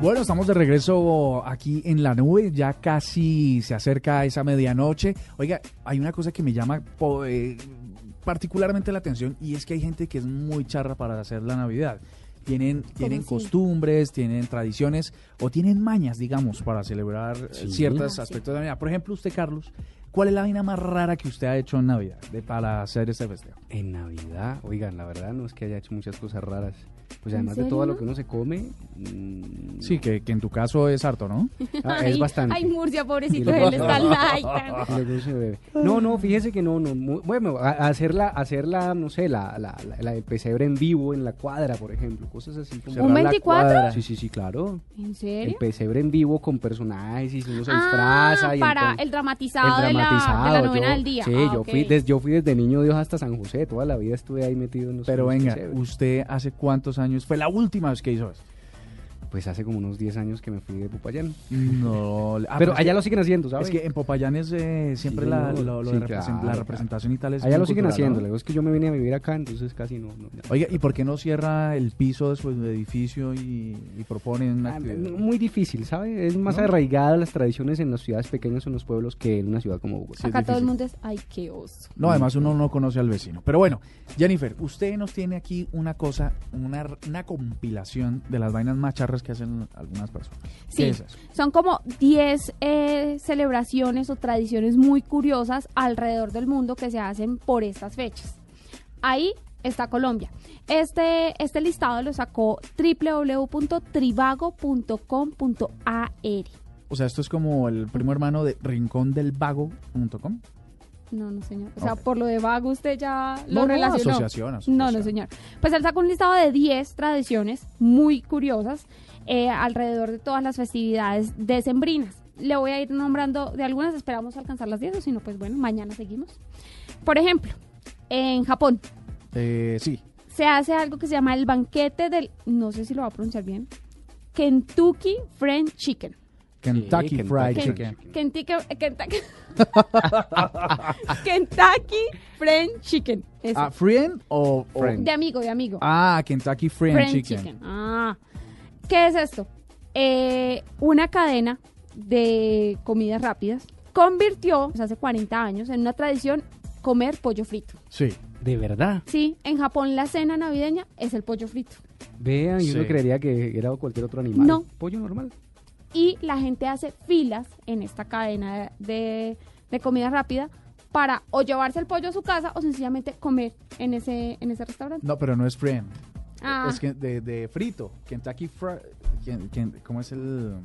Bueno, estamos de regreso aquí en la nube, ya casi se acerca esa medianoche. Oiga, hay una cosa que me llama po- eh, particularmente la atención y es que hay gente que es muy charra para hacer la Navidad. Tienen, tienen así? costumbres, tienen tradiciones o tienen mañas, digamos, para celebrar eh, ciertos Ah, sí. aspectos de la Navidad. Por ejemplo, usted, Carlos, ¿cuál es la vaina más rara que usted ha hecho en Navidad de- para hacer este festejo? En Navidad, oigan, la verdad no es que haya hecho muchas cosas raras. Pues ¿En además de serio, todo lo no? que uno se come, mm, Sí, que, que en tu caso es harto, ¿no? ah, Ay, es bastante. Ay, Murcia, pobrecito, Y luego- él está like. tan- Y luego se bebe. No, no, fíjese que no, no. mu- Bueno, a- a hacerla, hacerla, no sé, la, la, la, la del pesebre en vivo en la cuadra, por ejemplo, cosas así como. Cerrar la 24? cuadra. Sí, sí, sí, claro. ¿En El serio? pesebre en vivo con personajes y si uno se disfraza. Ah, y para entonces- el dramatizado, de la- de, la, dramatizado, novena yo- del día. Sí, Ah, yo, ok. fui desde, yo fui desde niño Dios hasta San José, toda la vida estuve ahí metido en los Pero en los venga, pesebres. ¿usted hace cuántos años? Fue la última vez que hizo eso. Pues hace como unos 10 años que me fui de Popayán. No, le- ah, pero es allá que- lo siguen haciendo, ¿sabes? Es que en Popayán es eh, siempre Sí, la, señor. lo- lo Sí, de represen- claro, la claro. representación y tal. es allá lo muy siguen cultural, haciendo. ¿no? luego Es que yo me vine a vivir acá, entonces casi no. no- no. Oiga, ¿y por qué no cierra el piso de su edificio y, y propone una Ah, actividad? Muy difícil, ¿sabes? Es más ¿No? arraigada las tradiciones en las ciudades pequeñas o en los pueblos que en una ciudad como Bogotá. Acá Es todo el difícil. mundo es, ay, qué oso. No, además uno no conoce al vecino. Pero bueno, Jennifer, usted nos tiene aquí una cosa, una, una compilación de las vainas más charras que hacen algunas personas. Sí. ¿Qué es eso? Son como 10 eh, celebraciones o tradiciones muy curiosas alrededor del mundo que se hacen por estas fechas. Ahí está Colombia. Este, este listado lo sacó www.tribago.com.ar. O sea, esto es como el primo hermano de rincondelvago.com. No, no, señor. O sea, Ok. por lo de vago usted ya No, lo no, relacionó. asociación, No, asociación. no, señor. Pues él sacó un listado de 10 tradiciones muy curiosas eh, alrededor de todas las festividades decembrinas. Le voy a ir nombrando de algunas, esperamos alcanzar las 10, o si no, pues bueno, mañana seguimos. Por ejemplo, en Japón Eh, sí. se hace algo que se llama el banquete del, no sé si lo va a pronunciar bien, Kentucky Fried Chicken. Kentucky Kentucky Fried Fried Chicken. Kentucky, Kentucky, eh, Kentucky Fried Chicken. Eso. Ah, ¿Friend o...? o- Friend. de amigo, de amigo. Ah, Kentucky Fried Fried Chicken. Chicken. Ah. ¿Qué es esto? Eh, una cadena de comidas rápidas convirtió, pues, hace 40 años, en una tradición comer pollo frito. Sí. De verdad. Sí, en Japón la cena navideña es el pollo frito. Vean, yo Sí. no creería que era cualquier otro animal. No. Pollo normal. Y la gente hace filas en esta cadena de, de comida rápida para o llevarse el pollo a su casa o sencillamente comer en ese, en ese restaurante. No, pero no es friend. Ah. Es que de, de frito. Kentucky Fried. ¿Cómo es el.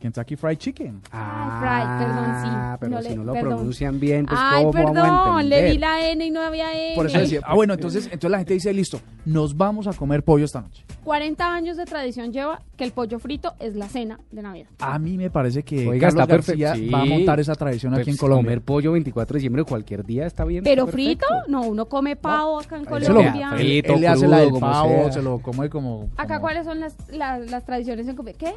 Kentucky Fried Chicken? Ay, fried, perdón, sí. Ah, Pero No si le- no lo perdón. pronuncian bien, pues Ay, ¿cómo vamos a perdón, le entender? vi la N y no había N. Por eso decía. Ah, bueno, entonces, entonces la gente dice: listo, nos vamos a comer pollo esta noche. 40 años de tradición lleva que el pollo frito es la cena de Navidad. A mí me parece que Oiga, Carlos está perfecto. García Sí. va a montar esa tradición aquí Pues, en Colombia. Comer pollo 24 de diciembre o cualquier día está bien. Pero está frito, perfecto. no, uno come pavo acá en Él se lo- Colombia. Frito, él, él le hace crudo, la del como pavo, sea. se lo come como. Acá, como- ¿cuáles son las, las, las tradiciones en Colombia? ¿Qué?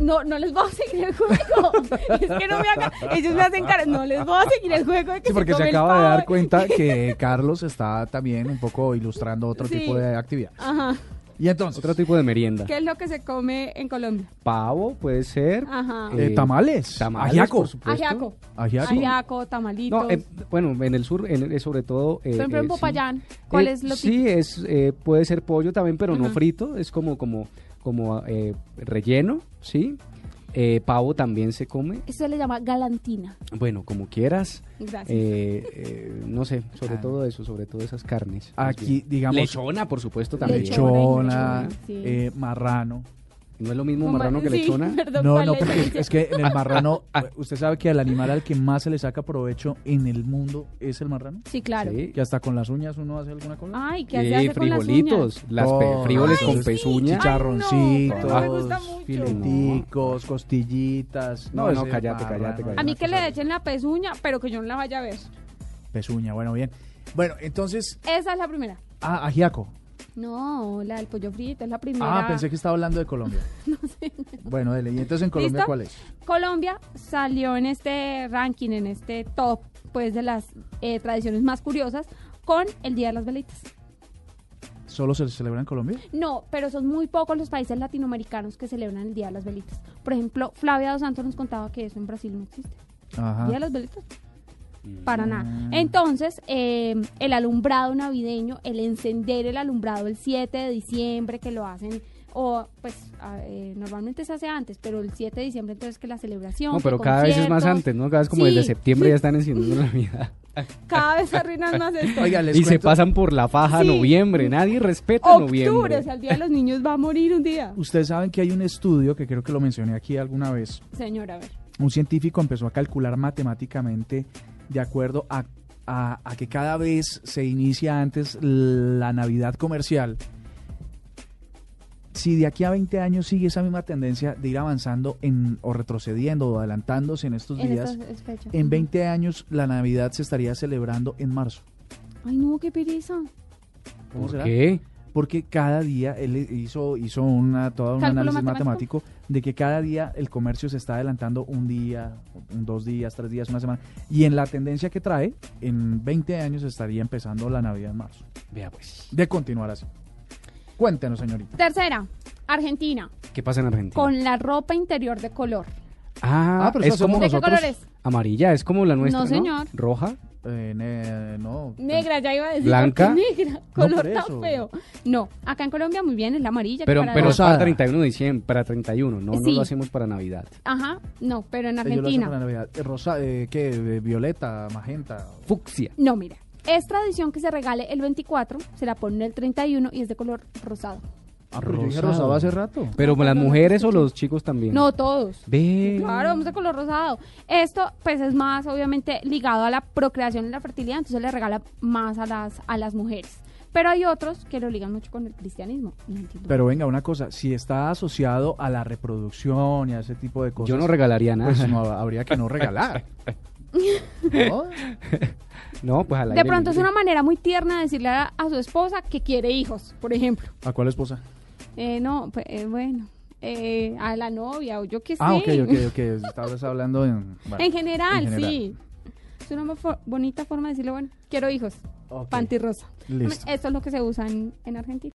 No, no les voy a seguir el juego. es que no me hagan. Ellos me hacen cara. No les voy a seguir el juego de que Sí, porque se come el acaba de pavo. dar cuenta que Carlos está también un poco ilustrando otro Sí. tipo de actividad. Ajá. Y entonces, Otro tipo de merienda. ¿Qué Ah, es lo que se come en Colombia? Pavo puede ser. Ajá. eh, tamales, Tamales, ajiaco. por supuesto. Ajiaco. Ajiaco. Ajiaco, tamalitos. No, eh, bueno, en el sur, en el- sobre todo. Por eh, ejemplo, eh, en sí. Popayán, ¿cuál Eh, es lo Sí, es, eh, puede ser pollo también, pero no Ajá. frito. Es como, como, como eh, relleno, ¿sí? Eh, pavo también se come. Eso se le llama galantina. Bueno, como quieras. Gracias. Eh, eh, no sé, sobre Ah. todo eso, sobre todo esas carnes. más Aquí, bien. digamos, Lechona, por supuesto, también. Lechona. lechona, Lechona, sí. eh, marrano. No es lo mismo Como- marrano que sí, lechona. perdón, No, ¿cuál no, es? porque es que en el marrano, usted sabe que al animal al que más se le saca provecho en el mundo es el marrano. Sí, claro. Sí. Que hasta con las uñas uno hace alguna cosa. Ay, ¿qué Sí, hace, hace con las uñas? frijolitos, las pe- Oh, frijoles ay, con sí. pezuña. Ay, Chicharroncitos, no, pero me gusta mucho. fileticos, costillitas. No, ese no, cállate, cállate, marrano es cállate. A mí una que cosa le echen la pezuña, pero que yo no la vaya a ver. horrible. Pezuña, bueno, bien. Bueno, entonces, Esa es la primera. ah, ajiaco. No, la del pollo frito es la primera. Ah, pensé que estaba hablando de Colombia. Bueno, dele. ¿Y entonces en Colombia ¿Listo? cuál es? Colombia salió en este ranking, en este top, pues de las eh, tradiciones más curiosas, con el Día de las Velitas. ¿Solo se celebra en Colombia? No, pero son muy pocos los países latinoamericanos que celebran el Día de las Velitas. Por ejemplo, Flavia dos Santos nos contaba que eso en Brasil no existe. Ajá. Día de las Velitas. Para nada. Entonces, eh, el alumbrado navideño, el encender el alumbrado el 7 de diciembre, que lo hacen, o pues a- eh, normalmente se hace antes, pero el 7 de diciembre entonces que la celebración. No, que pero cada vez es más conciertos. antes, ¿no? Cada vez como Sí, desde septiembre ya están encendiendo la vida. Cada vez arruinan más esto. Oiga, les Y se cuento- pasan por la faja Sí. noviembre. Nadie respeta Octubre, noviembre. o sea, el Día de los Niños va a morir un día. Ustedes saben que hay un estudio que creo que lo mencioné aquí alguna vez. Señora, a ver. Un científico empezó a calcular matemáticamente de acuerdo a, a- a que cada vez se inicia antes la Navidad comercial. Si de aquí a 20 años sigue esa misma tendencia de ir avanzando en, o retrocediendo o adelantándose en estos En días, estas fechas. en 20 años la Navidad se estaría celebrando en marzo. Ay, no, qué pereza. ¿Cómo ¿Por será? qué? porque cada día él hizo hizo una todo un ¿Cálculo análisis matemático? matemático de que cada día el comercio se está adelantando un día, un- dos días, tres días, una semana y en la tendencia que trae en 20 años estaría empezando la Navidad en marzo. Vea pues. De continuar así. Cuéntenos, señorita. Tercera, Argentina, ¿Qué pasa en Argentina? con la ropa interior de color. Ah, Ah, pero es eso como ¿De qué nosotros. color es? Amarilla, es como la nuestra. No, señor. Roja. Eh, ne- no. Negra, ya iba a decir. ¿Blanca? porque Negra, color por tan eso. feo. No, acá en Colombia muy bien, es la amarilla. que Pero, para pero es la- para Rosada. 31 de diciembre, para 31, no, no Sí. lo hacemos para Navidad. Ajá, no, pero en Ellos lo hacen para Argentina. Navidad. Eh, Rosa, eh, ¿qué? Eh, Violeta, magenta. Fucsia. No, mira. Es tradición que se regale el 24, se la ponen el 31 y es de color rosado. Ah, pero yo dije Rosado. rosado hace rato. Pero No, las no, no, mujeres o escuché. los chicos también. No todos. Ve. Claro, vamos de color rosado. Esto, pues, es más, obviamente, ligado a la procreación y la fertilidad, entonces le regala más a las, a las mujeres. Pero hay otros que lo ligan mucho con el cristianismo. y no entiendo. Pero venga, una cosa, si está asociado a la reproducción y a ese tipo de cosas. Yo no regalaría nada. Pues no, habría que no regalar. ¿No? no, pues al de aire pronto es libre. una manera muy tierna de decirle a, a su esposa que quiere hijos, por ejemplo. ¿A cuál esposa? Eh, no, pues, eh, bueno, eh, a la novia o yo qué sé. Ah, ok, ok, ok. Estabas hablando en. vale, en, general, en general. sí. Es una mo- bonita forma de decirle, bueno, quiero hijos. Ok, Panty rosa. Listo. Esto es lo que se usa en- en Argentina.